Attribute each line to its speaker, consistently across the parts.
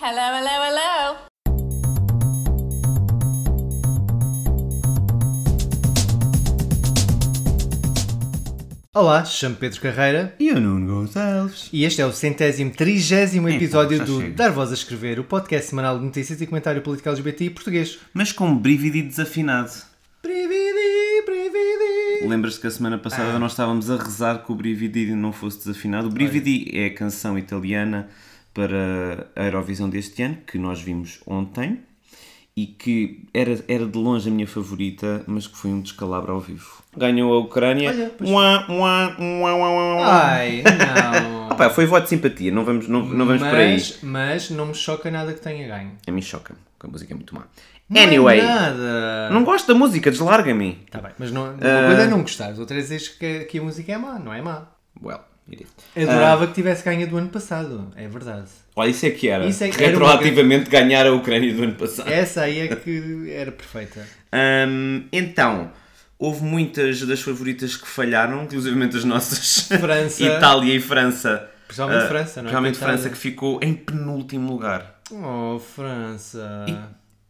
Speaker 1: Hello, hello, hello!
Speaker 2: Olá, chamo Pedro Carreira
Speaker 3: E o Nuno Gonçalves.
Speaker 2: e este é o centésimo trigésimo episódio
Speaker 3: Então, já
Speaker 2: do
Speaker 3: chega.
Speaker 2: Dar Voz a Escrever, o podcast semanal de notícias e comentário político LGBTI português.
Speaker 3: Mas com brívidi desafinado.
Speaker 2: Prividi, prividi.
Speaker 3: Lembras-te que a semana
Speaker 2: Ah.
Speaker 3: passada nós estávamos a rezar que o brividi não fosse desafinado? O brividi é a canção italiana para a Eurovisão deste ano, que nós vimos ontem. E que era, era de longe a minha favorita, mas que foi um descalabro ao vivo. Ganhou a Ucrânia.
Speaker 2: Olha, pois- Ah.
Speaker 3: Uá, uá, uá, uá, uá, uá.
Speaker 2: Ai, não.
Speaker 3: Pá, foi voto de simpatia, não vamos, não, não vamos
Speaker 2: mas,
Speaker 3: por aí.
Speaker 2: mas não me choca nada que tenha ganho.
Speaker 3: A mim choca-me, porque a música é muito má.
Speaker 2: Não é
Speaker 3: Anyway,
Speaker 2: nada.
Speaker 3: não gosto da música, deslarga-me.
Speaker 2: Tá bem, mas não, uma
Speaker 3: Ah.
Speaker 2: coisa é não gostares, outra é dizeres que, que a música é má, não é má.
Speaker 3: Well, it is. Ah.
Speaker 2: Adorava que tivesse ganho a do ano passado, é verdade.
Speaker 3: Olha, isso é que era.
Speaker 2: Isso é que era
Speaker 3: Retroativamente ganhar a Ucrânia do ano passado.
Speaker 2: Essa aí é que era perfeita.
Speaker 3: Ahm, então, houve muitas das favoritas que falharam, inclusive as nossas.
Speaker 2: França.
Speaker 3: Itália e França.
Speaker 2: Principalmente
Speaker 3: Ah,
Speaker 2: França, não é?
Speaker 3: Principalmente
Speaker 2: Coitada.
Speaker 3: França, que ficou em penúltimo lugar.
Speaker 2: Oh, França.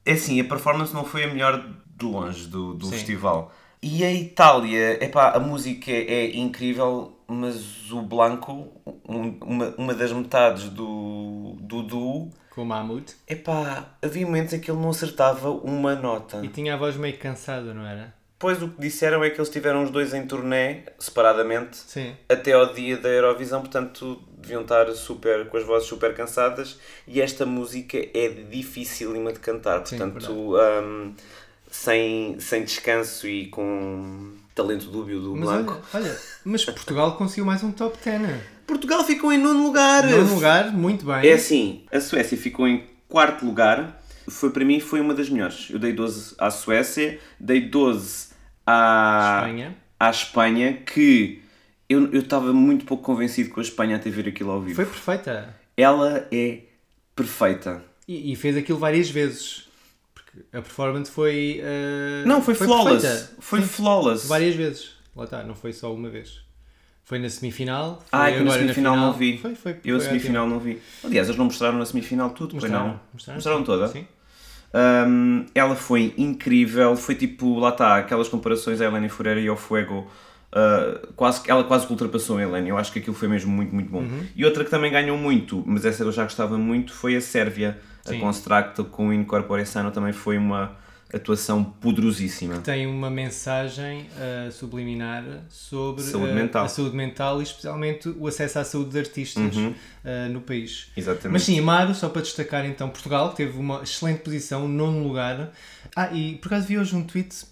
Speaker 3: É assim, a performance não foi a melhor de longe do, do
Speaker 2: Sim.
Speaker 3: festival. E a Itália, epá, a música é incrível, mas o Blanco, um- uma, uma das metades do, do duo,
Speaker 2: Com o Mamute.
Speaker 3: epá, havia momentos em que ele não acertava uma nota.
Speaker 2: E tinha a voz meio cansada, não era?
Speaker 3: Pois o que disseram é que eles tiveram os dois em turnê, separadamente,
Speaker 2: Sim.
Speaker 3: até ao dia da Eurovisão, portanto deviam estar super, com as vozes super cansadas e esta música é dificílima de cantar,
Speaker 2: Sim,
Speaker 3: portanto hum, sem, sem descanso e com talento dúbio do
Speaker 2: Mas
Speaker 3: Blanco.
Speaker 2: olha, olha, mas Portugal conseguiu mais um top 10.
Speaker 3: Portugal ficou em nono lugar!
Speaker 2: Num lugar, muito bem.
Speaker 3: É assim, a Suécia ficou em quarto lugar, foi para mim foi uma das melhores. Eu dei 12 à Suécia, dei 12 à
Speaker 2: Espanha.
Speaker 3: à Espanha que eu eu estava muito pouco convencido com a Espanha até ver aquilo ao vivo.
Speaker 2: Foi perfeita.
Speaker 3: Ela é perfeita.
Speaker 2: E, e fez aquilo várias vezes. Porque a performance foi. eh,
Speaker 3: Não, foi, flawless.
Speaker 2: perfeita.
Speaker 3: Foi flawless.
Speaker 2: Várias vezes. Lá está, não foi só uma vez. Foi na semifinal. Foi
Speaker 3: Ah, é que na
Speaker 2: agora
Speaker 3: semifinal
Speaker 2: na final.
Speaker 3: não vi.
Speaker 2: Foi, foi.
Speaker 3: eu a
Speaker 2: foi
Speaker 3: semifinal não vi. Aliás, eles não mostraram na semifinal tudo,
Speaker 2: ótimo.
Speaker 3: foi não?
Speaker 2: Mostraram,
Speaker 3: Mostraram toda?
Speaker 2: Sim.
Speaker 3: Hum, ela foi incrível, foi tipo, lá está, aquelas comparações à Helena Furera e ao Fuego. ah, quase, que- ela quase que ultrapassou a Helena, eu acho que aquilo foi mesmo muito, muito bom. E outra que também ganhou muito, mas essa eu já gostava muito, foi a Sérvia.
Speaker 2: Sim.
Speaker 3: A Constructo com o Incorpore Sano também foi uma atuação poderosíssima.
Speaker 2: tem uma mensagem uh, subliminar sobre
Speaker 3: Saúde
Speaker 2: uh,
Speaker 3: mental.
Speaker 2: a saúde mental e especialmente o acesso à saúde de artistas uh, no país.
Speaker 3: Uhum. Exatamente.
Speaker 2: Mas sim, Amaro, só para destacar então Portugal, que teve uma excelente posição, nono lugar. Ah, e por acaso vi hoje um tweet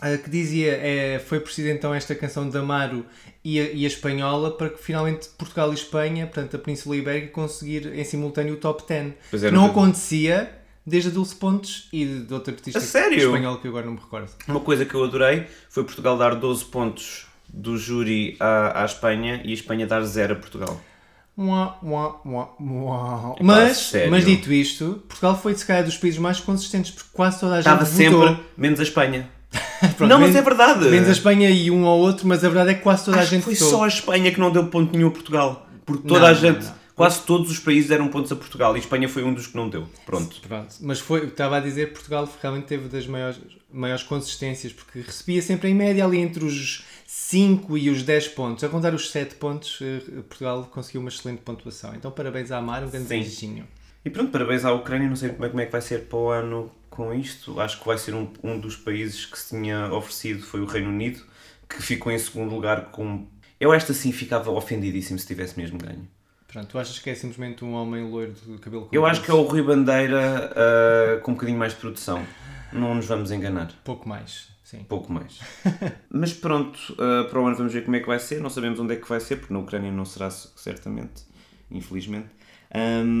Speaker 2: ah, que dizia é, foi preciso então esta canção de Amaro e a, e a espanhola para que finalmente Portugal e Espanha, portanto a Península Ibérica, conseguir em simultâneo o top 10.
Speaker 3: Pois é,
Speaker 2: que não
Speaker 3: não-
Speaker 2: acontecia desde a Dulce Pontes e de, de outra artista
Speaker 3: A sério?
Speaker 2: espanhol que eu agora não me recordo.
Speaker 3: Uma coisa que eu adorei foi Portugal dar 12 pontos do júri à, à Espanha e a Espanha dar 0 a Portugal.
Speaker 2: Uá, uá, uá, uá.
Speaker 3: Epá,
Speaker 2: Mas,
Speaker 3: sério?
Speaker 2: mas dito isto, Portugal foi se calhar dos países mais consistentes porque quase toda a gente
Speaker 3: Estava
Speaker 2: votou.
Speaker 3: sempre menos a Espanha.
Speaker 2: Pronto,
Speaker 3: não, mas
Speaker 2: menos-
Speaker 3: é verdade.
Speaker 2: Menos a Espanha e um ao outro, mas a verdade é que quase toda
Speaker 3: Acho
Speaker 2: a gente
Speaker 3: que foi
Speaker 2: votou.
Speaker 3: só a Espanha que não deu ponto nenhum a Portugal. Porque toda
Speaker 2: Não,
Speaker 3: a
Speaker 2: não,
Speaker 3: gente,
Speaker 2: não.
Speaker 3: quase todos os países deram pontos a Portugal e a Espanha foi um dos que não deu. Pronto.
Speaker 2: Pronto, mas foi, estava a dizer que Portugal realmente teve das maiores, maiores consistências, porque recebia sempre em média ali entre os 5 e os 10 pontos. A contar os 7 pontos, eh, Portugal conseguiu uma excelente pontuação. Então, parabéns à Amar, um grande
Speaker 3: Sim.
Speaker 2: beijinho.
Speaker 3: E pronto, parabéns à Ucrânia. Não sei como é, como é que vai ser para o ano com isto. Acho que vai ser um, um dos países que se tinha oferecido foi o Reino Unido, que ficou em segundo lugar com. Eu esta sim ficava ofendidíssimo se tivesse mesmo ganho.
Speaker 2: Pronto, tu achas que é simplesmente um homem loiro de cabelo
Speaker 3: Eu acho que é o Rui Bandeira ah, com um bocadinho mais de produção. Não nos vamos enganar.
Speaker 2: Pouco mais, sim.
Speaker 3: Pouco mais. Mas pronto, ah, para o ano vamos ver como é que vai ser. Não sabemos onde é que vai ser, porque na Ucrânia não será certamente, infelizmente.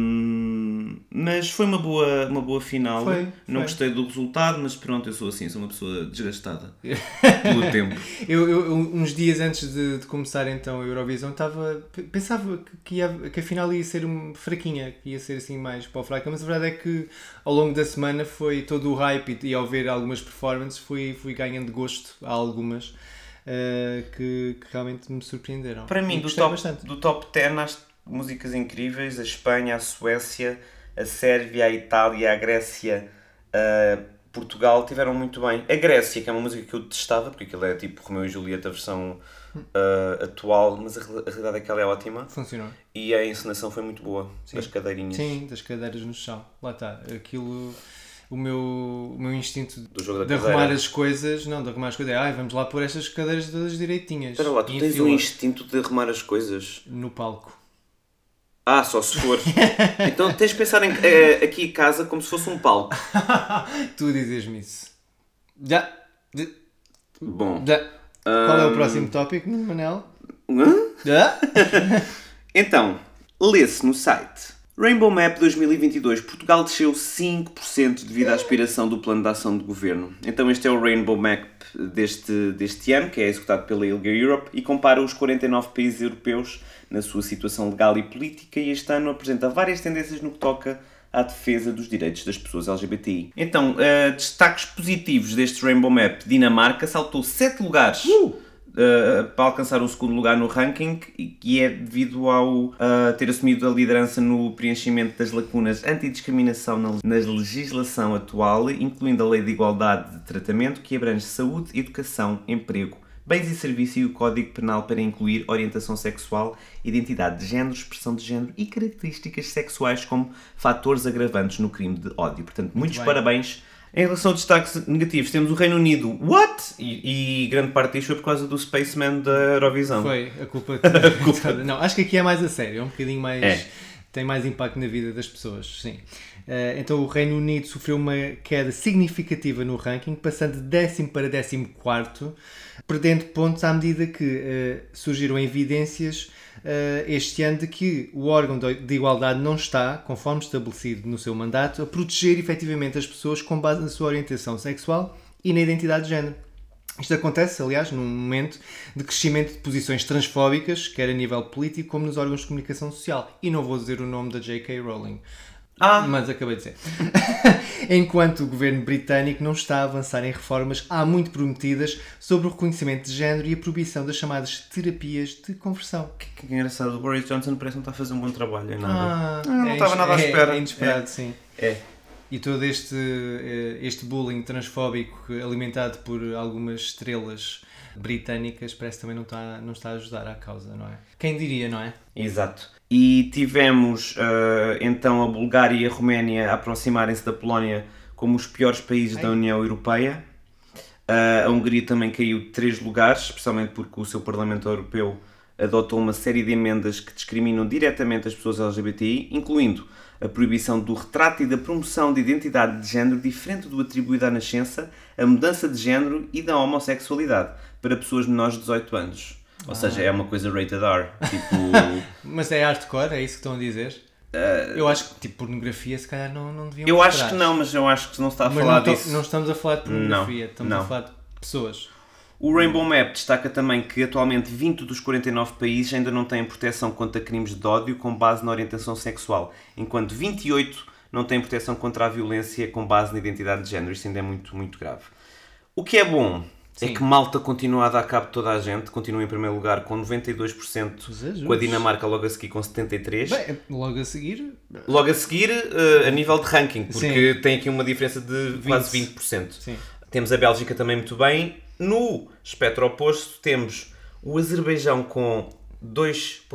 Speaker 3: Ahm, mas foi uma boa, uma boa final.
Speaker 2: Foi,
Speaker 3: Não
Speaker 2: foi.
Speaker 3: gostei do resultado, mas pronto, eu sou assim, sou uma pessoa desgastada pelo tempo.
Speaker 2: Eu, eu- uns dias antes de, de começar então a Eurovisão estava pe- pensava que, que, ia- que a final ia ser um- fraquinha, que ia ser assim mais para o fraca, mas a verdade é que ao longo da semana foi todo o hype e, e ao ver algumas performances fui, fui ganhando gosto a algumas eh, que, que realmente me surpreenderam.
Speaker 3: Para
Speaker 2: E
Speaker 3: mim, do
Speaker 2: gostei
Speaker 3: top,
Speaker 2: bastante.
Speaker 3: do top 10, há músicas incríveis: a Espanha, a Suécia, a Sérvia, a Itália, a Grécia, a Portugal, tiveram muito bem. A Grécia, que é uma música que eu detestava, porque aquilo é tipo Romeu e Julieta, a versão ah, atual, mas a, re- a realidade é que ela é ótima
Speaker 2: Funcionou.
Speaker 3: e a encenação foi muito boa das cadeirinhas
Speaker 2: Sim, das cadeiras no chão. Lá está. Aquilo. O meu, o meu instinto
Speaker 3: do jogo da
Speaker 2: de
Speaker 3: cadeira.
Speaker 2: arrumar as coisas, não, de arrumar as coisas, é, ai, vamos lá pôr estas cadeiras todas direitinhas.
Speaker 3: Espera lá, tu
Speaker 2: E
Speaker 3: tens
Speaker 2: enfio-a
Speaker 3: um instinto de arrumar as coisas.
Speaker 2: No palco.
Speaker 3: Ah, só se for. então tens de pensar em, eh, aqui em casa como se fosse um palco.
Speaker 2: tu dizes-me isso. Já. De-
Speaker 3: Bom.
Speaker 2: já. Qual é o próximo tópico, Manel?
Speaker 3: Hã?
Speaker 2: Já?
Speaker 3: Então, lê-se no site. Rainbow Map 2022, Portugal desceu 5% devido à aspiração do plano de ação do governo. Então este é o Rainbow Map deste, deste ano, que é executado pela ILGA Europe e compara os 49 países europeus na sua situação legal e política e este ano apresenta várias tendências no que toca à defesa dos direitos das pessoas LGBTI. Então, eh, destaques positivos deste Rainbow Map. Dinamarca saltou 7 lugares uh, para alcançar o segundo lugar no ranking e e é devido ao uh, ter assumido a liderança no preenchimento das lacunas antidiscriminação na, na legislação atual, incluindo a Lei de Igualdade de Tratamento, que abrange saúde, educação, emprego, bens e serviço e o Código Penal para incluir orientação sexual, identidade de género, expressão de género e características sexuais como fatores agravantes no crime de ódio. Portanto, muitos
Speaker 2: bem.
Speaker 3: parabéns. Em relação a destaques negativos, temos o Reino Unido, what? E, e grande parte disto foi por causa do Spaceman da Eurovisão.
Speaker 2: Foi a culpa que. Não, acho que aqui é mais a sério, é um bocadinho mais.
Speaker 3: É.
Speaker 2: Tem mais impacto na vida das pessoas, sim. Eh, então o Reino Unido sofreu uma queda significativa no ranking, passando de décimo para décimo quarto, perdendo pontos à medida que eh, surgiram evidências eh, este ano de que o órgão de de igualdade não está, conforme estabelecido no seu mandato, a proteger efetivamente as pessoas com base na sua orientação sexual e na identidade de género. Isto acontece, aliás, num momento de crescimento de posições transfóbicas, quer a nível político como nos órgãos de comunicação social. E não vou dizer o nome da J.K. Rowling.
Speaker 3: Ah.
Speaker 2: Mas acabei de dizer. Enquanto o governo britânico não está a avançar em reformas há muito prometidas sobre o reconhecimento de género e a proibição das chamadas terapias de conversão.
Speaker 3: Que é engraçado, o Boris Johnson parece que não está a fazer um bom trabalho, é nada.
Speaker 2: Ah,
Speaker 3: não
Speaker 2: é
Speaker 3: estava
Speaker 2: ins-
Speaker 3: nada à
Speaker 2: é-
Speaker 3: espera.
Speaker 2: É inesperado, sim.
Speaker 3: É.
Speaker 2: E todo este, eh, este bullying transfóbico que- alimentado por algumas estrelas britânicas parece que também não está, não está a ajudar à causa, não é? Quem diria, não é?
Speaker 3: Exato. E tivemos eh, então a Bulgária e a Roménia a aproximarem-se da Polónia como os piores países da União Europeia. Eh, a Hungria também caiu de três lugares, especialmente porque o seu Parlamento Europeu adotou uma série de emendas que discriminam diretamente as pessoas LGBTI, incluindo a proibição do retrato e da promoção de identidade de género diferente do atribuído à nascença, a mudança de género e da homossexualidade para pessoas menores de 18 anos. Ou
Speaker 2: Ah.
Speaker 3: seja, é uma coisa rated R, tipo
Speaker 2: Mas é hardcore, é isso que estão a dizer? Eu acho que, tipo, pornografia se calhar não, não deviam
Speaker 3: Eh, Eu acho
Speaker 2: mostrar.
Speaker 3: que não, mas eu acho que não se está a
Speaker 2: Mas
Speaker 3: falar
Speaker 2: não, to-
Speaker 3: disso.
Speaker 2: não estamos a falar de pornografia,
Speaker 3: Não,
Speaker 2: estamos a
Speaker 3: não.
Speaker 2: falar de pessoas.
Speaker 3: O Rainbow Map destaca também que atualmente 20 dos 49 países ainda não têm proteção contra crimes de ódio com base na orientação sexual, enquanto 28 não têm proteção contra a violência com base na identidade de género. Isto ainda é muito, muito grave. O que é bom é que Malta continua a dar cabo de toda a gente, continua em primeiro lugar com 92%,
Speaker 2: Jesus.
Speaker 3: com a Dinamarca logo a seguir com 73%.
Speaker 2: Bem, logo a seguir,
Speaker 3: Logo a seguir, eh, a nível de ranking, porque
Speaker 2: Sim.
Speaker 3: tem aqui uma diferença de quase 20%.
Speaker 2: Sim.
Speaker 3: Temos a Bélgica também muito bem. No espectro oposto, temos o Azerbaijão com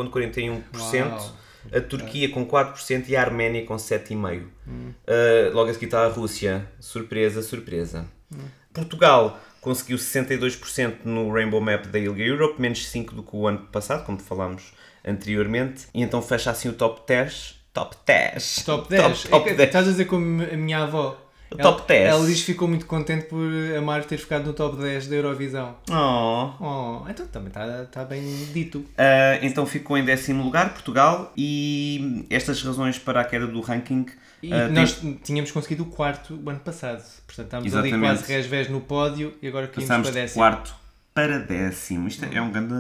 Speaker 3: 2,41%,
Speaker 2: Uau.
Speaker 3: a Turquia com 4% e a Arménia com 7,5%.
Speaker 2: Hum.
Speaker 3: Eh, logo a seguir está a Rússia. Surpresa, surpresa.
Speaker 2: Hum.
Speaker 3: Portugal conseguiu 62% no Rainbow Map da Ilga Europe, menos 5% do que o ano passado, como falámos anteriormente. E então fecha assim o top 10. Top 10.
Speaker 2: top 10.
Speaker 3: Top, top
Speaker 2: É que
Speaker 3: 10.
Speaker 2: Estás a dizer como a minha avó.
Speaker 3: Top 10.
Speaker 2: Ela diz que ficou muito contente por Amaro ter ficado no top 10 da Eurovisão.
Speaker 3: Oh.
Speaker 2: Oh, então também está tá bem dito.
Speaker 3: Ah, então ficou em décimo lugar Portugal e estas razões para a queda do ranking
Speaker 2: E
Speaker 3: ah,
Speaker 2: nós tínhamos conseguido o quarto o ano passado. Portanto, estávamos ali
Speaker 3: Exatamente.
Speaker 2: quase resvés no pódio e agora
Speaker 3: tem-
Speaker 2: caímos
Speaker 3: passámos
Speaker 2: para
Speaker 3: de
Speaker 2: décimo.
Speaker 3: quarto para décimo. Isto é um grande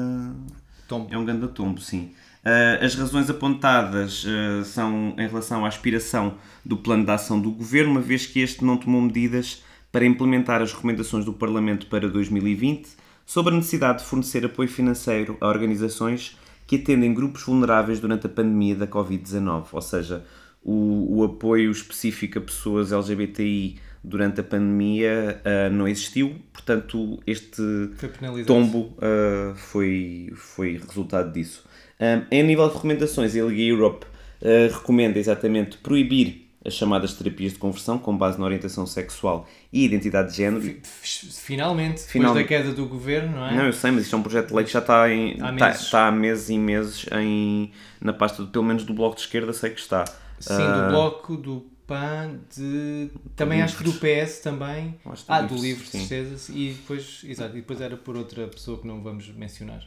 Speaker 2: Tombo.
Speaker 3: É um grande tombo, sim. Ah, as razões apontadas ah, são em relação à aspiração do plano de ação do governo, uma vez que este não tomou medidas para implementar as recomendações do Parlamento para 2020 sobre a necessidade de fornecer apoio financeiro a organizações que atendem grupos vulneráveis durante a pandemia da Covid-19, ou seja, o, o apoio específico a pessoas LGBTI durante a pandemia ah, não existiu, portanto, este
Speaker 2: Foi penalizado.
Speaker 3: tombo uh, foi, foi resultado disso. Um, em nível de recomendações, a Liga Europe uh, recomenda exatamente proibir as chamadas terapias de conversão com base na orientação sexual e identidade de género.
Speaker 2: Finalmente, depois
Speaker 3: Finalmente.
Speaker 2: da queda do governo, não é?
Speaker 3: Não, eu sei, mas isto é um projeto de lei que já está, em,
Speaker 2: Há
Speaker 3: está,
Speaker 2: meses.
Speaker 3: está há meses e meses em, na pasta, do- pelo menos do Bloco de Esquerda, sei que está.
Speaker 2: Sim,
Speaker 3: Ah.
Speaker 2: do Bloco, do PAN, de... também acho que do PS também.
Speaker 3: Acho que do
Speaker 2: ah, do
Speaker 3: Livres,
Speaker 2: Livre, de
Speaker 3: sim.
Speaker 2: certeza. E depois, exato, e depois era por outra pessoa que não vamos mencionar,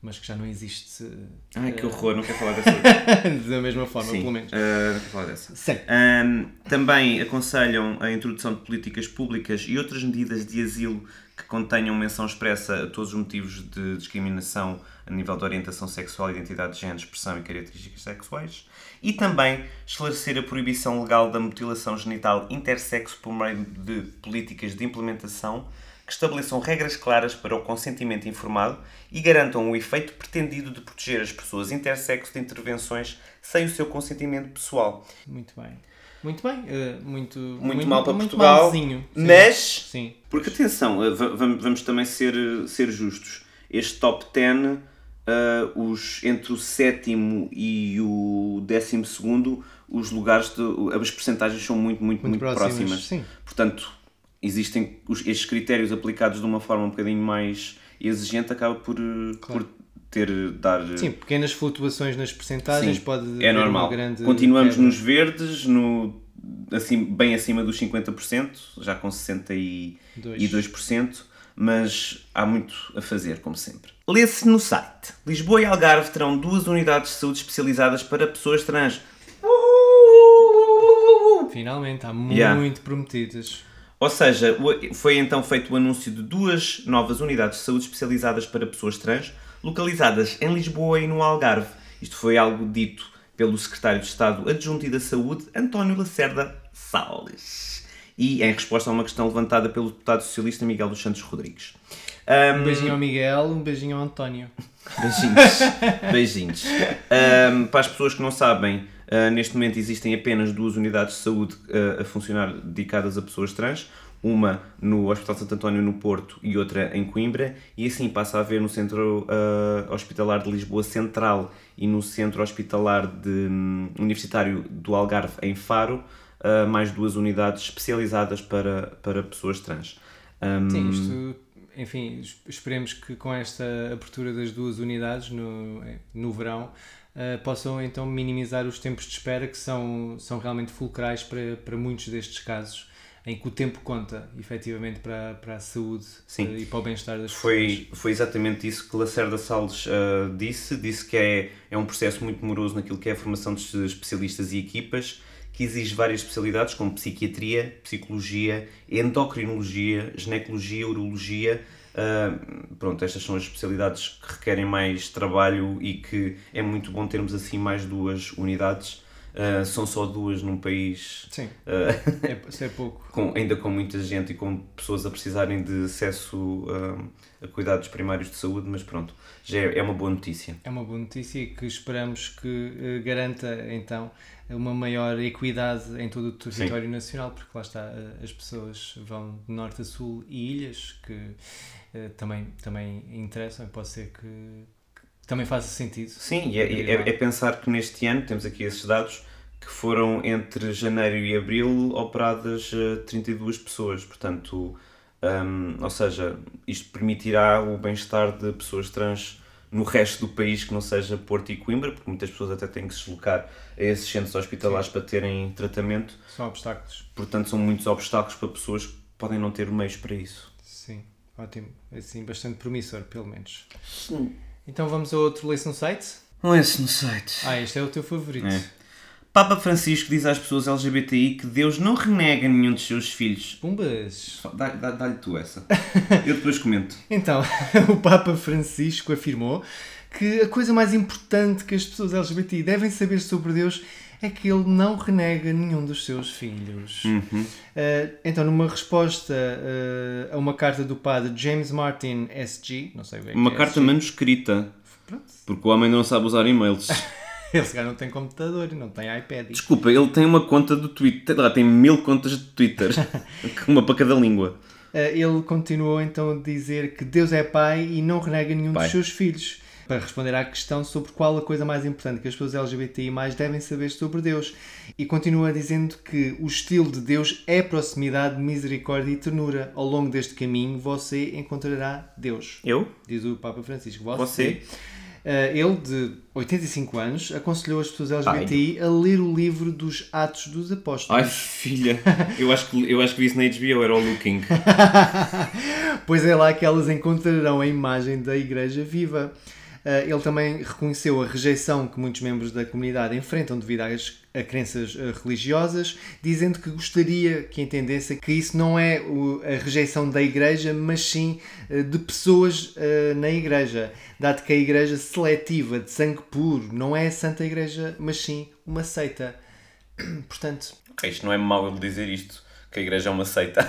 Speaker 2: mas que já não existe eh,
Speaker 3: Ai, que horror, não quero falar dessa.
Speaker 2: da mesma forma,
Speaker 3: Sim,
Speaker 2: pelo menos.
Speaker 3: uh, não quero falar dessa.
Speaker 2: Sim.
Speaker 3: Ahm, também aconselham a introdução de políticas públicas e outras medidas de asilo que contenham menção expressa a todos os motivos de discriminação a nível de orientação sexual, identidade de género, expressão e características sexuais. E também esclarecer a proibição legal da mutilação genital intersexo por meio de políticas de implementação que estabeleçam regras claras para o consentimento informado e garantam o efeito pretendido de proteger as pessoas intersexo de intervenções sem o seu consentimento pessoal.
Speaker 2: Muito bem. Muito bem. eh, muito,
Speaker 3: muito, mal para Portugal.
Speaker 2: malzinho. Sim.
Speaker 3: mas.
Speaker 2: Sim.
Speaker 3: Porque atenção, eh, va- vam- vamos também ser, eh, ser justos. Este top 10, eh, os, entre o sétimo e o décimo segundo, os lugares, de, as percentagens são muito, muito, muito, próximas.
Speaker 2: Sim.
Speaker 3: Portanto, existem os- estes critérios aplicados de uma forma um bocadinho mais exigente, acaba por, eh, por ter, dar. eh,
Speaker 2: Sim, pequenas flutuações nas percentagens
Speaker 3: Sim,
Speaker 2: pode
Speaker 3: é
Speaker 2: haver uma
Speaker 3: normal.
Speaker 2: grande
Speaker 3: Continuamos
Speaker 2: queda.
Speaker 3: nos verdes, no, assim, bem acima dos 50%, já com 62%,
Speaker 2: Dois.
Speaker 3: mas há muito a fazer, como sempre. Lê-se no site. Lisboa e Algarve terão duas unidades de saúde especializadas para pessoas trans.
Speaker 2: Finalmente, há muito
Speaker 3: Yeah.
Speaker 2: prometidas.
Speaker 3: Ou seja, o- foi então feito o anúncio de duas novas unidades de saúde especializadas para pessoas trans, localizadas em Lisboa e no Algarve. Isto foi algo dito pelo secretário de Estado Adjunto e da Saúde, António Lacerda Salles. E em resposta a uma questão levantada pelo deputado socialista Miguel dos Santos Rodrigues. Hum.
Speaker 2: Um beijinho ao Miguel, um beijinho ao António.
Speaker 3: Beijinhos. Beijinhos. Ahm, para as pessoas que não sabem, ah, neste momento existem apenas duas unidades de saúde ah, a funcionar dedicadas a pessoas trans. Uma no Hospital Santo António no Porto e outra em Coimbra. E assim passa a haver no Centro ah, Hospitalar de Lisboa Central e no Centro Hospitalar de, hum, Universitário do Algarve em Faro ah, mais duas unidades especializadas para, para pessoas trans. Ahm,
Speaker 2: Sim, isto, enfim, es- esperemos que com esta abertura das duas unidades no, eh, no verão eh, possam então minimizar os tempos de espera que são, são realmente fulcrais para, para muitos destes casos, em que o tempo conta efetivamente para, para a saúde
Speaker 3: Sim.
Speaker 2: eh, e para o bem-estar das pessoas.
Speaker 3: Foi, foi exatamente isso que Lacerda Salles ah, disse. Disse que é, é um processo muito demoroso naquilo que é a formação dos especialistas e equipas, que exige várias especialidades, como psiquiatria, psicologia, endocrinologia, ginecologia, urologia. Ah, pronto, estas são as especialidades que requerem mais trabalho e que é muito bom termos assim mais duas unidades. Ah, são só duas num país
Speaker 2: Sim,
Speaker 3: ah,
Speaker 2: é, isso é pouco.
Speaker 3: com- ainda com muita gente e com pessoas a precisarem de acesso hum, a cuidados primários de saúde, mas pronto, já é, é uma boa notícia.
Speaker 2: É uma boa notícia e que esperamos que eh, garanta então uma maior equidade em todo o território nacional, porque lá está, eh, as pessoas vão de norte a sul e ilhas que eh, também, também interessam e pode ser que, que também faça sentido.
Speaker 3: Sim, e é, é- é pensar que neste ano, temos aqui esses dados, que foram entre janeiro e abril operadas eh, 32 pessoas, portanto, hum, ou seja, isto permitirá o bem-estar de pessoas trans no resto do país que não seja Porto e Coimbra, porque muitas pessoas até têm que se deslocar a esses centros hospitalares para terem tratamento.
Speaker 2: São obstáculos.
Speaker 3: Portanto, são muitos obstáculos para pessoas que podem não ter meios para isso.
Speaker 2: Sim, ótimo. Assim, bastante promissor, pelo menos. Então vamos a outro Listen no Site.
Speaker 3: Não é esse no site.
Speaker 2: Ah, este é o teu favorito.
Speaker 3: Papa Francisco diz às pessoas LGBTI que Deus não renega nenhum dos seus filhos.
Speaker 2: Pumbas!
Speaker 3: Só Dá- dá- Dá-lhe tu essa. Eu depois comento.
Speaker 2: Então, o Papa Francisco afirmou que a coisa mais importante que as pessoas LGBTI devem saber sobre Deus é que ele não renega nenhum dos seus filhos.
Speaker 3: Uhum.
Speaker 2: Eh, então, numa resposta eh, a uma carta do padre James Martin SG, não sei o que é
Speaker 3: Uma
Speaker 2: que é
Speaker 3: carta
Speaker 2: SG.
Speaker 3: manuscrita,
Speaker 2: Pronto,
Speaker 3: porque o homem não sabe usar e-mails.
Speaker 2: Esse gajo não tem computador e não tem iPad. e-
Speaker 3: Desculpa, ele tem uma conta do Twitter. Lá tem mil contas de Twitter. uma para cada língua.
Speaker 2: Eh, ele continuou então a dizer que Deus é pai e não renega nenhum
Speaker 3: Pai.
Speaker 2: dos seus filhos. Para responder à questão sobre qual a coisa mais importante que as pessoas LGBTI mais devem saber sobre Deus. E continua dizendo que o estilo de Deus é proximidade, misericórdia e ternura. Ao longo deste caminho você encontrará Deus.
Speaker 3: Eu?
Speaker 2: Diz o Papa Francisco.
Speaker 3: Você?
Speaker 2: Eh, ele, de 85 anos, aconselhou as pessoas LGBTI a ler o livro dos Atos dos Apóstolos.
Speaker 3: Ai, filha. Eu acho que, eu acho que vi isso na HBO. Era o Looking.
Speaker 2: pois é lá que elas encontrarão a imagem da Igreja viva. Ah, ele também reconheceu a rejeição que muitos membros da comunidade enfrentam devido às, a crenças ah, religiosas, dizendo que gostaria que entendessem que isso não é o- a rejeição da Igreja, mas sim ah, de pessoas ah, na Igreja, dado que a Igreja seletiva, de sangue puro, não é a Santa Igreja, mas sim uma seita. Portanto,
Speaker 3: Ok, Isto não é mau ele dizer isto. Que a igreja é uma seita.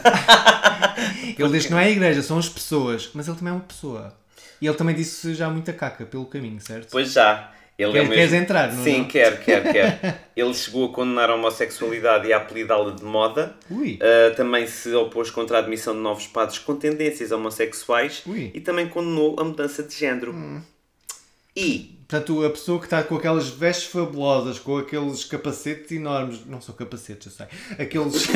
Speaker 2: Ele diz que não é a igreja, são as pessoas, mas ele também é uma pessoa. E ele também disse já muita caca pelo caminho, certo?
Speaker 3: Pois já. Ele
Speaker 2: Quer-
Speaker 3: é o mesmo-
Speaker 2: queres entrar, não é?
Speaker 3: Sim, quer, quer, quer. Ele chegou a condenar a homossexualidade e a apelidá-la de moda.
Speaker 2: Ui.
Speaker 3: Uh, também se opôs contra a admissão de novos padres com tendências homossexuais.
Speaker 2: Ui. Hum.
Speaker 3: E também condenou a mudança de género. E
Speaker 2: Portanto, a pessoa que está com aquelas vestes fabulosas, com aqueles capacetes enormes, não são capacetes, eu sei, aqueles,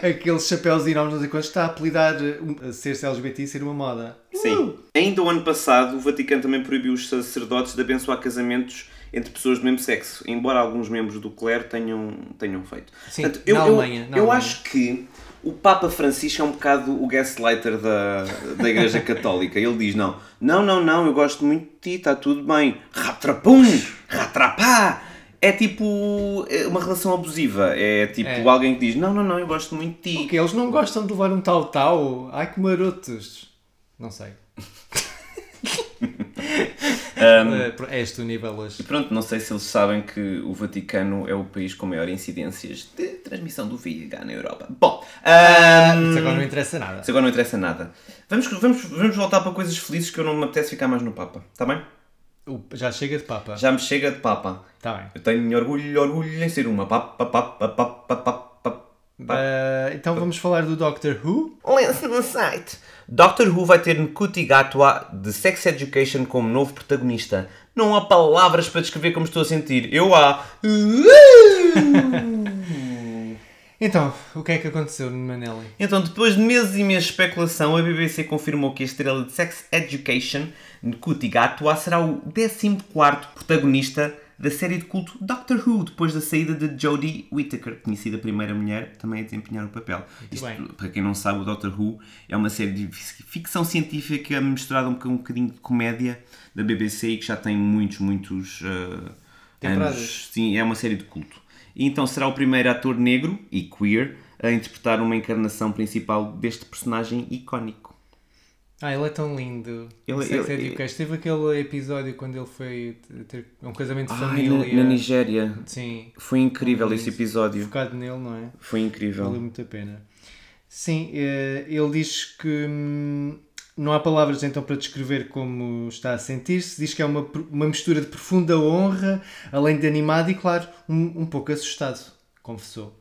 Speaker 2: aqueles chapéus enormes, não sei quantos, está a apelidar eh, um- a ser LGBT e ser uma moda. Uh!
Speaker 3: Sim. Ainda o ano passado, o Vaticano também proibiu os sacerdotes de abençoar casamentos entre pessoas do mesmo sexo, embora alguns membros do clero tenham, tenham feito.
Speaker 2: Sim,
Speaker 3: Portanto,
Speaker 2: na
Speaker 3: eu,
Speaker 2: Alemanha, na
Speaker 3: eu
Speaker 2: Alemanha.
Speaker 3: acho que o Papa Francisco é um bocado o gaslighter da, da Igreja Católica. Ele diz: não, não, não, não, eu gosto muito de ti, está tudo bem. Ratrapum, ratrapá. É tipo é uma relação abusiva. É tipo
Speaker 2: É.
Speaker 3: alguém que diz: não, não, não, eu gosto muito de ti.
Speaker 2: Porque eles não gostam de levar um tal-tal. Ai que marotos. Não sei.
Speaker 3: Um,
Speaker 2: Eh, É este o nível hoje.
Speaker 3: Pronto, não sei se eles sabem que o Vaticano é o país com maior incidências de transmissão do VIH na Europa. Bom, ahm,
Speaker 2: Isso agora não interessa nada.
Speaker 3: isso agora não interessa nada. Vamos, vamos, vamos voltar para coisas felizes que eu não me apetece ficar mais no Papa, está bem?
Speaker 2: O- Já chega de papa.
Speaker 3: Já me chega de Papa.
Speaker 2: Está bem.
Speaker 3: Eu tenho orgulho, orgulho em ser uma Papa, Papa, Papa, Papa, Papa.
Speaker 2: Ah, então vamos falar do Doctor Who.
Speaker 3: Lance no site. Doctor Who vai ter Nkuti Gatwa de Sex Education como novo protagonista. Não há palavras para descrever como estou a sentir. Eu há.
Speaker 2: Então, o que é que aconteceu no Manelli?
Speaker 3: Então, depois de meses e meses de especulação, a BBC confirmou que a estrela de Sex Education, Nkuti Gatwa, será o 14º protagonista da série de culto Doctor Who, depois da saída de Jodie Whittaker, que tinha sido a primeira mulher também a desempenhar o papel. Isto,
Speaker 2: bem.
Speaker 3: para quem não sabe, o Doctor Who é uma série de ficção científica misturada um boca- um bocadinho de comédia da BBC e que já tem muitos, muitos eh,
Speaker 2: Temporadas.
Speaker 3: anos Sim, é uma série de culto. E então será o primeiro ator negro e queer a interpretar uma encarnação principal deste personagem icónico.
Speaker 2: Ah, ele é tão lindo.
Speaker 3: Ele-
Speaker 2: Ele, Sex
Speaker 3: ele-
Speaker 2: Education. Teve aquele episódio quando ele foi t- ter um casamento de
Speaker 3: Ai,
Speaker 2: família.
Speaker 3: na, na Nigéria.
Speaker 2: Sim,
Speaker 3: Foi incrível esse episódio.
Speaker 2: focado nele, não é?
Speaker 3: Foi
Speaker 2: Valeu
Speaker 3: incrível.
Speaker 2: muito a pena. Sim, eh, ele diz que hum, não há palavras então para descrever como está a sentir-se. Diz que é uma, pr- uma mistura de profunda honra, além de animado e, claro, um, um pouco assustado, confessou.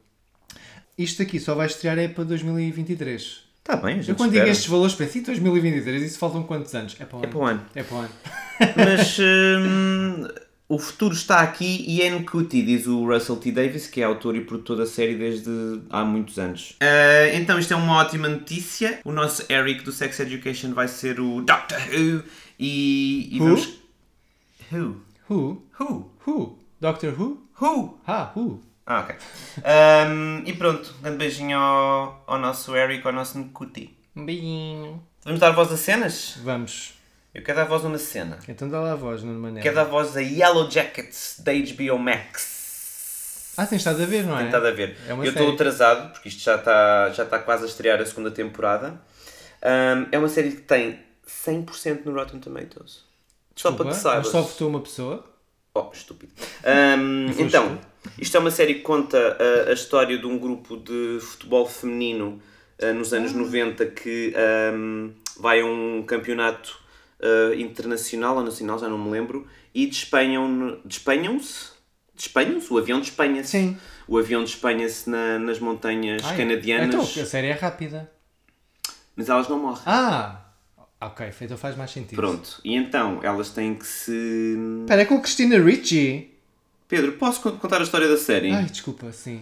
Speaker 2: Isto aqui só vai estrear é para 2023.
Speaker 3: Está Tá bem, a gente
Speaker 2: Eu quando
Speaker 3: espera.
Speaker 2: digo estes valores, penso, e 2023? Isso faltam quantos anos? É para o
Speaker 3: É para o ano.
Speaker 2: É para o ano.
Speaker 3: Mas hum, o futuro está aqui e é Nkuti, diz o Russell T. Davis, que é autor e produtor da série desde há muitos anos. Eh, então, isto é uma ótima notícia. O nosso Eric do Sex Education vai ser o Doctor Who E, e
Speaker 2: Who?
Speaker 3: vamos. Who?
Speaker 2: Who?
Speaker 3: Who?
Speaker 2: Who? Doctor Who?
Speaker 3: Who?
Speaker 2: Ah, who?
Speaker 3: Ah, ok. Ahm, e pronto, um grande beijinho ao, ao nosso Eric, ao nosso Nkuti.
Speaker 2: Um beijinho.
Speaker 3: Vamos dar voz a cenas?
Speaker 2: Vamos.
Speaker 3: Eu quero dar voz a uma cena.
Speaker 2: Então dá lá a voz, Nuno Manel.
Speaker 3: Quero dar voz a Yellow Jackets da HBO Max.
Speaker 2: Ah, tens estado a ver, não é?
Speaker 3: Tem estado a ver.
Speaker 2: É uma
Speaker 3: eu estou
Speaker 2: série.
Speaker 3: atrasado, porque isto já está já está quase a estrear a segunda temporada. Ahm, é uma série que tem 100% no Rotten Tomatoes. só para
Speaker 2: Desculpa,
Speaker 3: que saibas.
Speaker 2: Mas só votou uma pessoa.
Speaker 3: Oh, estúpido. Ahm,
Speaker 2: foste
Speaker 3: então, isto é uma série que conta ah, a história de um grupo de futebol feminino ah, nos anos 90 que ahm, vai a um campeonato ah, internacional ou nacional, já não me lembro, e despenham- despenham-se? Despenham-se? O avião despenha-se.
Speaker 2: Sim.
Speaker 3: O avião despenha-se na- nas montanhas
Speaker 2: Ai, Então,
Speaker 3: canadianas,
Speaker 2: a série é rápida.
Speaker 3: mas elas não morrem.
Speaker 2: Ah! Ok, então faz mais sentido.
Speaker 3: Pronto, e então elas têm que se.
Speaker 2: Espera, é com a Cristina Ricci?
Speaker 3: Pedro, posso con- contar a história da série?
Speaker 2: Ai, desculpa, sim.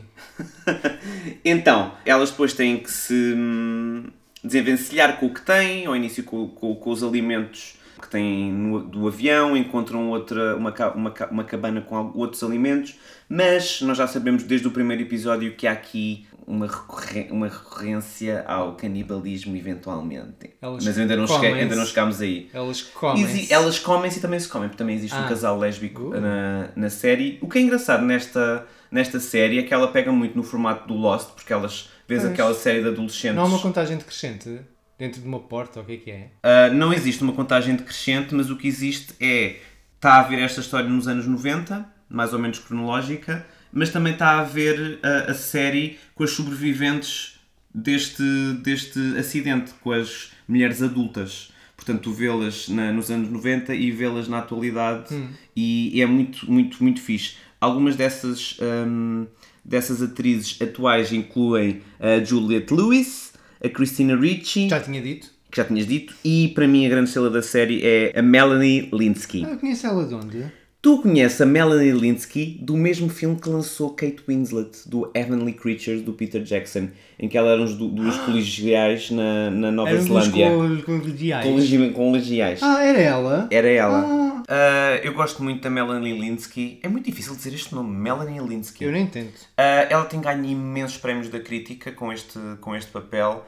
Speaker 3: Então, elas depois têm que se hum, desenvencilhar com o que têm, ao início com, com- com os alimentos que têm no- do avião, encontram outra, uma, ca- uma, ca- uma cabana com al- outros alimentos, mas nós já sabemos desde o primeiro episódio que há aqui uma, recorre- uma recorrência ao canibalismo eventualmente.
Speaker 2: Elas
Speaker 3: mas ainda não, cheguei-
Speaker 2: comem-se.
Speaker 3: ainda não chegámos aí.
Speaker 2: Elas comem.
Speaker 3: Exi- elas comem-se e também se comem, porque também existe um
Speaker 2: Ah.
Speaker 3: casal lésbico
Speaker 2: Uh.
Speaker 3: na, na série. O que é engraçado nesta, nesta série é que ela pega muito no formato do Lost, porque elas vês
Speaker 2: Pois.
Speaker 3: aquela série de adolescentes.
Speaker 2: Não há uma contagem decrescente dentro de uma porta, ou o que é que é?
Speaker 3: Ah, não existe uma contagem decrescente, mas o que existe é. Está a haver esta história nos anos 90, mais ou menos cronológica, mas também está a haver ah, a, a série com as sobreviventes deste, deste acidente, com as mulheres adultas. Portanto, tu vê-las na- nos anos 90 e vê-las na atualidade e é muito, muito, muito fixe. Algumas dessas, hum, dessas atrizes atuais incluem a Juliette Lewis, a Christina Ricci
Speaker 2: Já tinha dito?
Speaker 3: que já tinhas dito, e para mim a grande estrela da série é a Melanie Linsky.
Speaker 2: Ah, eu conheço ela de onde?
Speaker 3: Tu conheces a Melanie Linsky do mesmo filme que lançou Kate Winslet, do Heavenly Creatures, do Peter Jackson, em que ela era uns du- duas colegiais na, na Nova
Speaker 2: Era um dos
Speaker 3: Zelândia.
Speaker 2: col- colegiais.
Speaker 3: Colegi- Colegiais.
Speaker 2: Ah, era ela?
Speaker 3: Era ela. Ah, eu gosto muito da Melanie Linsky. É muito difícil dizer este nome, Melanie Linsky.
Speaker 2: Eu nem entendo.
Speaker 3: Ah, ela tem ganho imensos prémios da crítica com este, com este papel.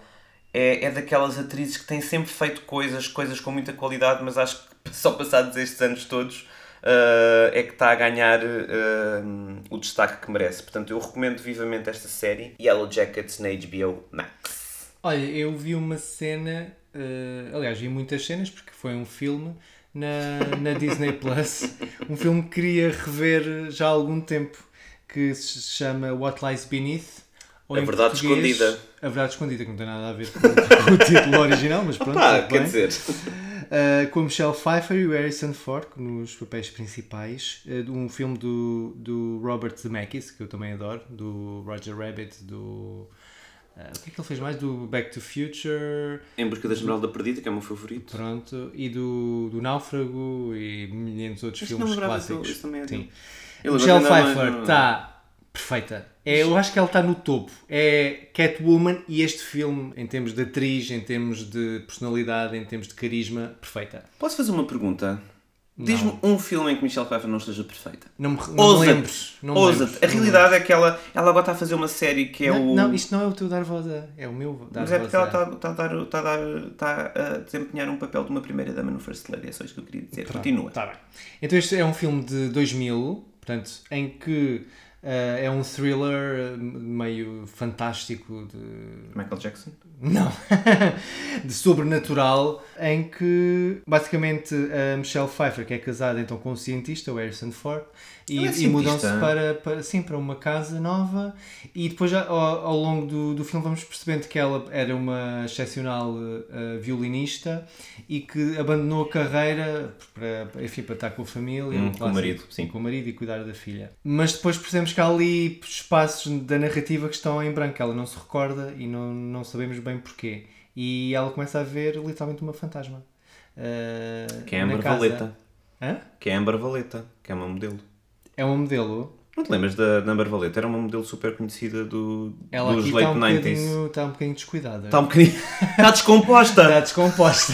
Speaker 3: É, é daquelas atrizes que têm sempre feito coisas, coisas com muita qualidade, mas acho que só passados estes anos todos ah, é que está a ganhar ah, o destaque que merece. Portanto, eu recomendo vivamente esta série Yellow Jackets na HBO Max.
Speaker 2: Olha, eu vi uma cena, eh, aliás, vi muitas cenas porque foi um filme na, na Disney Plus. Um filme que queria rever já há algum tempo, que se chama What Lies Beneath. Ou
Speaker 3: A
Speaker 2: em
Speaker 3: Verdade
Speaker 2: português,
Speaker 3: Escondida.
Speaker 2: A Verdade Escondida, que não tem nada a ver com, com o título original, mas pronto. tudo bem. Uh, com a Michelle Pfeiffer e o Harrison Ford nos papéis principais uh, de um filme do, do Robert Zemeckis que eu também adoro do Roger Rabbit do uh, o que é que ele fez mais do Back to Future
Speaker 3: Em Busca da Esmeralda Perdida, que é o meu favorito.
Speaker 2: pronto e do, do Náufrago e milhares de outros
Speaker 3: Este não
Speaker 2: filmes
Speaker 3: lembrava que eu-
Speaker 2: clássicos
Speaker 3: isso também é
Speaker 2: Sim.
Speaker 3: de- Eu lembro-
Speaker 2: Michelle
Speaker 3: não, não,
Speaker 2: Pfeiffer
Speaker 3: não.
Speaker 2: está perfeita. É, eu acho que ela está no topo. É Catwoman e este filme, em termos de atriz, em termos de personalidade, em termos de carisma, perfeita.
Speaker 3: Posso fazer uma pergunta? Diz-me um filme em que Michelle Pfeiffer não esteja perfeita.
Speaker 2: Não me, não me
Speaker 3: Ousa-te,
Speaker 2: lembro. Não me
Speaker 3: ousa-te.
Speaker 2: lembro.
Speaker 3: A realidade é que ela, ela agora está a fazer uma série que é
Speaker 2: Não,
Speaker 3: o.
Speaker 2: não, isto não é o teu dar voz a- É o meu dar
Speaker 3: Mas é
Speaker 2: voz
Speaker 3: porque ela
Speaker 2: a.
Speaker 3: está está a, dar, está, tá a dar- está a desempenhar um papel de uma primeira dama no First Lady, é só isto que eu queria dizer. Continua.
Speaker 2: Tá bem. Então este é um filme de 2000, portanto, em que ah, é um thriller ah, meio fantástico de
Speaker 3: Michael Jackson?
Speaker 2: Não. de sobrenatural, em que basicamente a Michelle Pfeiffer, que é casada então com um cientista, o Harrison Ford, e,
Speaker 3: Ela é
Speaker 2: e
Speaker 3: cientista?
Speaker 2: mudam-se para, para, sim, para uma casa nova. E depois, já ao, ao longo do, do filme, vamos percebendo que ela era uma excepcional eh, eh, violinista e que abandonou a carreira para, para- enfim, para estar com a família,
Speaker 3: Hum,
Speaker 2: um
Speaker 3: com o
Speaker 2: clássico,
Speaker 3: marido, sim.
Speaker 2: com o marido e cuidar da filha. Mas depois percebemos que há ali espaços da narrativa que estão em branco, ela não se recorda e não, não sabemos bem porquê. E ela começa a ver literalmente uma fantasma. eh,
Speaker 3: Que é
Speaker 2: na
Speaker 3: Amber
Speaker 2: casa.
Speaker 3: Valeta.
Speaker 2: Hã?
Speaker 3: Que é Amber Valeta, que é uma modelo.
Speaker 2: É uma modelo.
Speaker 3: Não te lembras da, da Amber Valeta? Era uma modelo super conhecida do,
Speaker 2: Ela
Speaker 3: dos
Speaker 2: aqui
Speaker 3: late
Speaker 2: está
Speaker 3: Tá
Speaker 2: um,
Speaker 3: 90s.
Speaker 2: bocadinho, está um bocadinho descuidada. Tá
Speaker 3: Está um bocadinho. Está
Speaker 2: Está
Speaker 3: descomposta!
Speaker 2: descomposta.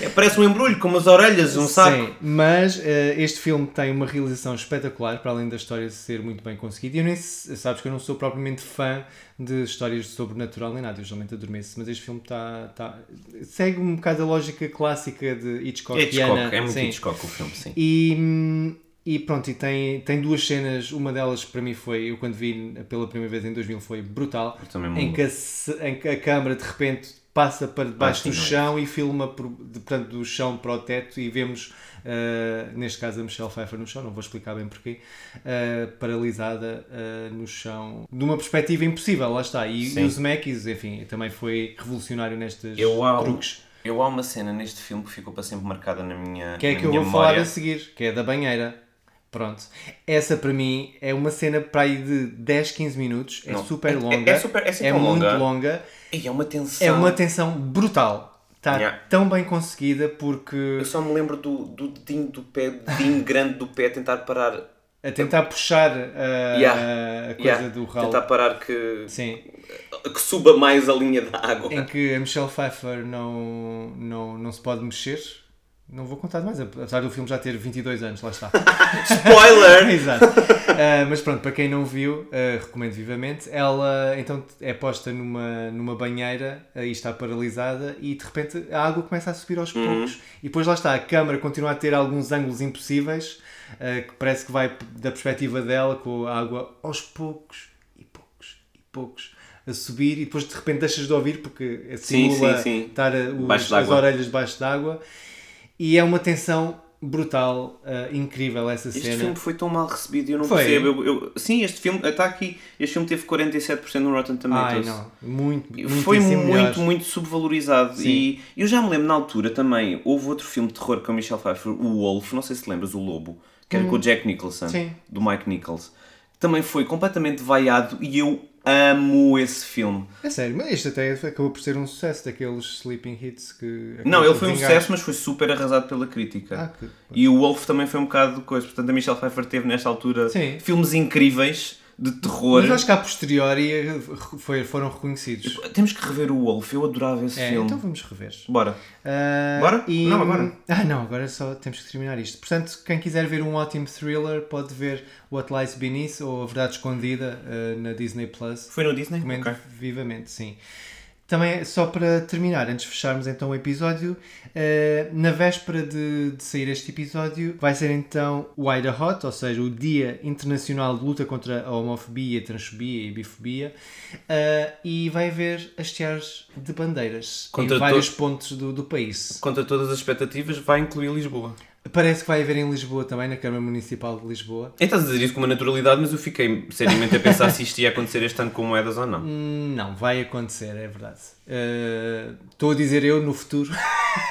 Speaker 3: É, Parece um embrulho com umas orelhas, um saco.
Speaker 2: Sim, mas eh, este filme tem uma realização espetacular, para além da história ser muito bem conseguida. E eu nem se- sabes que eu não sou propriamente fã de histórias de sobrenatural nem nada, eu geralmente adormeço, mas este filme tá, tá- segue um bocado a lógica clássica de Hitchcock.
Speaker 3: É Hitchcock, é muito
Speaker 2: sim.
Speaker 3: Hitchcock o filme, sim.
Speaker 2: E, hum, e pronto, e tem, tem duas cenas. Uma delas para mim foi, eu quando vi pela primeira vez em 2000, foi brutal.
Speaker 3: também me
Speaker 2: Em que, a, ce- em que a câmara de repente passa para debaixo do
Speaker 3: Baixa e
Speaker 2: chão e filma por, de- portanto, do chão para o teto. E vemos, ah, neste caso, a Michelle Pfeiffer no chão. Não vou explicar bem porquê. ah, paralisada ah, no chão, de uma perspectiva impossível. Lá está. E, e
Speaker 3: Sim.
Speaker 2: o Zemeckis, enfim, também foi revolucionário nestes
Speaker 3: Eu há,
Speaker 2: truques.
Speaker 3: eu há uma cena neste filme que ficou para sempre marcada na minha
Speaker 2: Que é
Speaker 3: na
Speaker 2: que eu
Speaker 3: minha
Speaker 2: vou
Speaker 3: memória.
Speaker 2: falar a seguir, que é da banheira. Pronto. Essa para mim é uma cena para aí de 10, 15 minutos. É
Speaker 3: Não.
Speaker 2: super
Speaker 3: É- é-
Speaker 2: longa.
Speaker 3: é super- é assim tão
Speaker 2: muito
Speaker 3: longa.
Speaker 2: longa.
Speaker 3: Ei, é uma tensão.
Speaker 2: É uma tensão brutal. Está
Speaker 3: Yeah.
Speaker 2: tão bem conseguida porque
Speaker 3: Eu só me lembro do, do dedinho do pé, do dedinho grande do pé, tentar parar.
Speaker 2: a tentar puxar a,
Speaker 3: Yeah.
Speaker 2: a coisa
Speaker 3: Yeah.
Speaker 2: do ralo.
Speaker 3: Tentar parar que,
Speaker 2: Sim.
Speaker 3: que suba mais a linha da água.
Speaker 2: Em que a Michelle Pfeiffer não, não, não se pode mexer. Não vou contar mais, apesar do filme já ter 22 anos, lá está.
Speaker 3: Spoiler!
Speaker 2: Exato. Ah, mas pronto, para quem não viu, ah, recomendo vivamente. Ela então é posta numa, numa banheira ah, e está paralisada e de repente a água começa a subir aos
Speaker 3: Uhum.
Speaker 2: poucos. E depois lá está, a câmara continua a ter alguns ângulos impossíveis, ah, que parece que vai p- da perspectiva dela com a água aos poucos e poucos e poucos a subir e depois de repente deixas de ouvir porque é
Speaker 3: Sim,
Speaker 2: simula
Speaker 3: sim, sim.
Speaker 2: estar a- os-
Speaker 3: Baixo
Speaker 2: as
Speaker 3: d'água.
Speaker 2: orelhas debaixo d'água e é uma tensão brutal, ah, incrível essa
Speaker 3: Este
Speaker 2: cena.
Speaker 3: filme foi um tão mal recebido e eu não
Speaker 2: Foi.
Speaker 3: percebo. Eu- eu- sim, este filme está aqui. Este filme teve 47% no Rotten
Speaker 2: Ai,
Speaker 3: Tomatoes.
Speaker 2: não. Muito,
Speaker 3: foi
Speaker 2: muitíssimo
Speaker 3: muito, assim
Speaker 2: melhor.
Speaker 3: muito subvalorizado. E eu já me lembro na altura também, houve outro filme de terror com a Michelle Pfeiffer, o Wolf, não sei se lembras, o Lobo, que era com o Jack Nicholson,
Speaker 2: Hum. Sim.
Speaker 3: do Mike Nichols. Também foi completamente vaiado e eu amo esse filme.
Speaker 2: É sério, mas este até acabou por ser um sucesso daqueles sleeping hits que...
Speaker 3: Não,
Speaker 2: acabam
Speaker 3: ele
Speaker 2: por
Speaker 3: foi um
Speaker 2: vingar.
Speaker 3: sucesso, mas foi super arrasado pela crítica.
Speaker 2: Ah, que-
Speaker 3: E o Wolf também foi um bocado de coisa. Portanto, a Michelle Pfeiffer teve nesta altura
Speaker 2: Sim.
Speaker 3: filmes incríveis de terror.
Speaker 2: Mas acho que a posteriori eh, foi- foram reconhecidos.
Speaker 3: Tipo, Temos que rever o Wolf, eu adorava esse
Speaker 2: É,
Speaker 3: filme.
Speaker 2: então vamos rever.
Speaker 3: Bora.
Speaker 2: Ah,
Speaker 3: Bora?
Speaker 2: e-
Speaker 3: Não, agora.
Speaker 2: Ah, não, agora só temos que terminar isto. Portanto, quem quiser ver um ótimo thriller pode ver What Lies Beneath ou A Verdade Escondida eh, na Disney+. Plus.
Speaker 3: Foi no Disney?
Speaker 2: Recomendo
Speaker 3: Ok.
Speaker 2: vivamente, sim. Também, só para terminar, antes de fecharmos então o episódio, eh, na véspera de, de sair este episódio, vai ser então o Ida Hot, ou seja, o Dia Internacional de Luta contra a Homofobia, Transfobia e Bifobia, eh, e vai haver hasteares de bandeiras
Speaker 3: Contra
Speaker 2: em vários pontos do, do país.
Speaker 3: Contra todas as expectativas, vai incluir Lisboa.
Speaker 2: Parece que vai haver em Lisboa também, na Câmara Municipal de Lisboa.
Speaker 3: É, Estás a dizer isso com uma naturalidade, mas eu fiquei seriamente a pensar se isto ia acontecer este ano com moedas ou não.
Speaker 2: Hum, Não, vai acontecer, é verdade. Eh, Estou a dizer eu no futuro.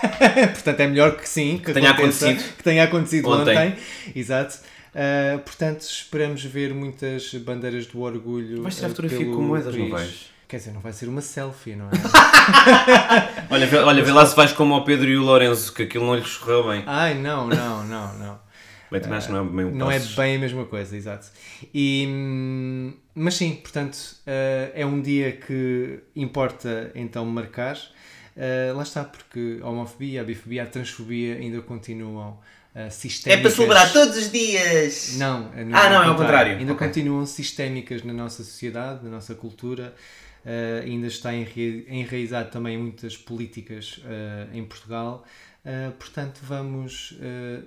Speaker 2: portanto, é melhor que sim, que,
Speaker 3: tenha
Speaker 2: aconteça,
Speaker 3: acontecido.
Speaker 2: que tenha acontecido ontem.
Speaker 3: Ontem.
Speaker 2: Exato. Eh, portanto, esperamos ver muitas bandeiras do orgulho.
Speaker 3: Vais tirar
Speaker 2: eh,
Speaker 3: fotografia
Speaker 2: pelo
Speaker 3: com moedas, não
Speaker 2: país.
Speaker 3: vais?
Speaker 2: Quer dizer, não vai ser uma selfie, não é?
Speaker 3: Olha, vê, olha, vê lá se vais como ao Pedro e o Lourenço, que aquilo não lhes correu bem.
Speaker 2: Ai, não, não, não, não.
Speaker 3: Bem, também acho que não é bem o
Speaker 2: Ah, Não é
Speaker 3: Passos.
Speaker 2: bem a mesma coisa, exato. E, hum, mas sim, portanto, eh, é um dia que importa então marcar. Eh, lá está, porque a homofobia, a bifobia, a transfobia ainda continuam uh, sistémicas.
Speaker 3: todos os dias!
Speaker 2: Não, é-
Speaker 3: Ah, não, é ao contrário.
Speaker 2: Ainda
Speaker 3: Ok.
Speaker 2: continuam sistémicas na nossa sociedade, na nossa cultura. eh, ainda está enra- enraizado também em muitas políticas eh, em Portugal. Eh, portanto, vamos, eh,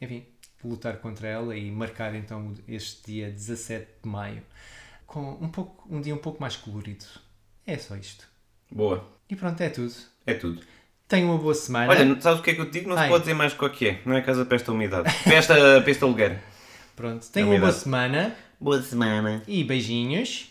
Speaker 2: enfim, lutar contra ela e marcar então este dia 17 de maio com um, pouco, um dia um pouco mais colorido. É só isto.
Speaker 3: Boa.
Speaker 2: E pronto, é tudo.
Speaker 3: É tudo.
Speaker 2: Tenham uma boa semana.
Speaker 3: Olha, não- sabes o que é que eu te digo? Não
Speaker 2: Ai.
Speaker 3: se pode dizer mais qual que é. Não é casa pesta umidade. Pesta, pesta lugar.
Speaker 2: pronto, tenham uma boa
Speaker 3: verdade.
Speaker 2: semana
Speaker 3: Boa semana.
Speaker 2: e beijinhos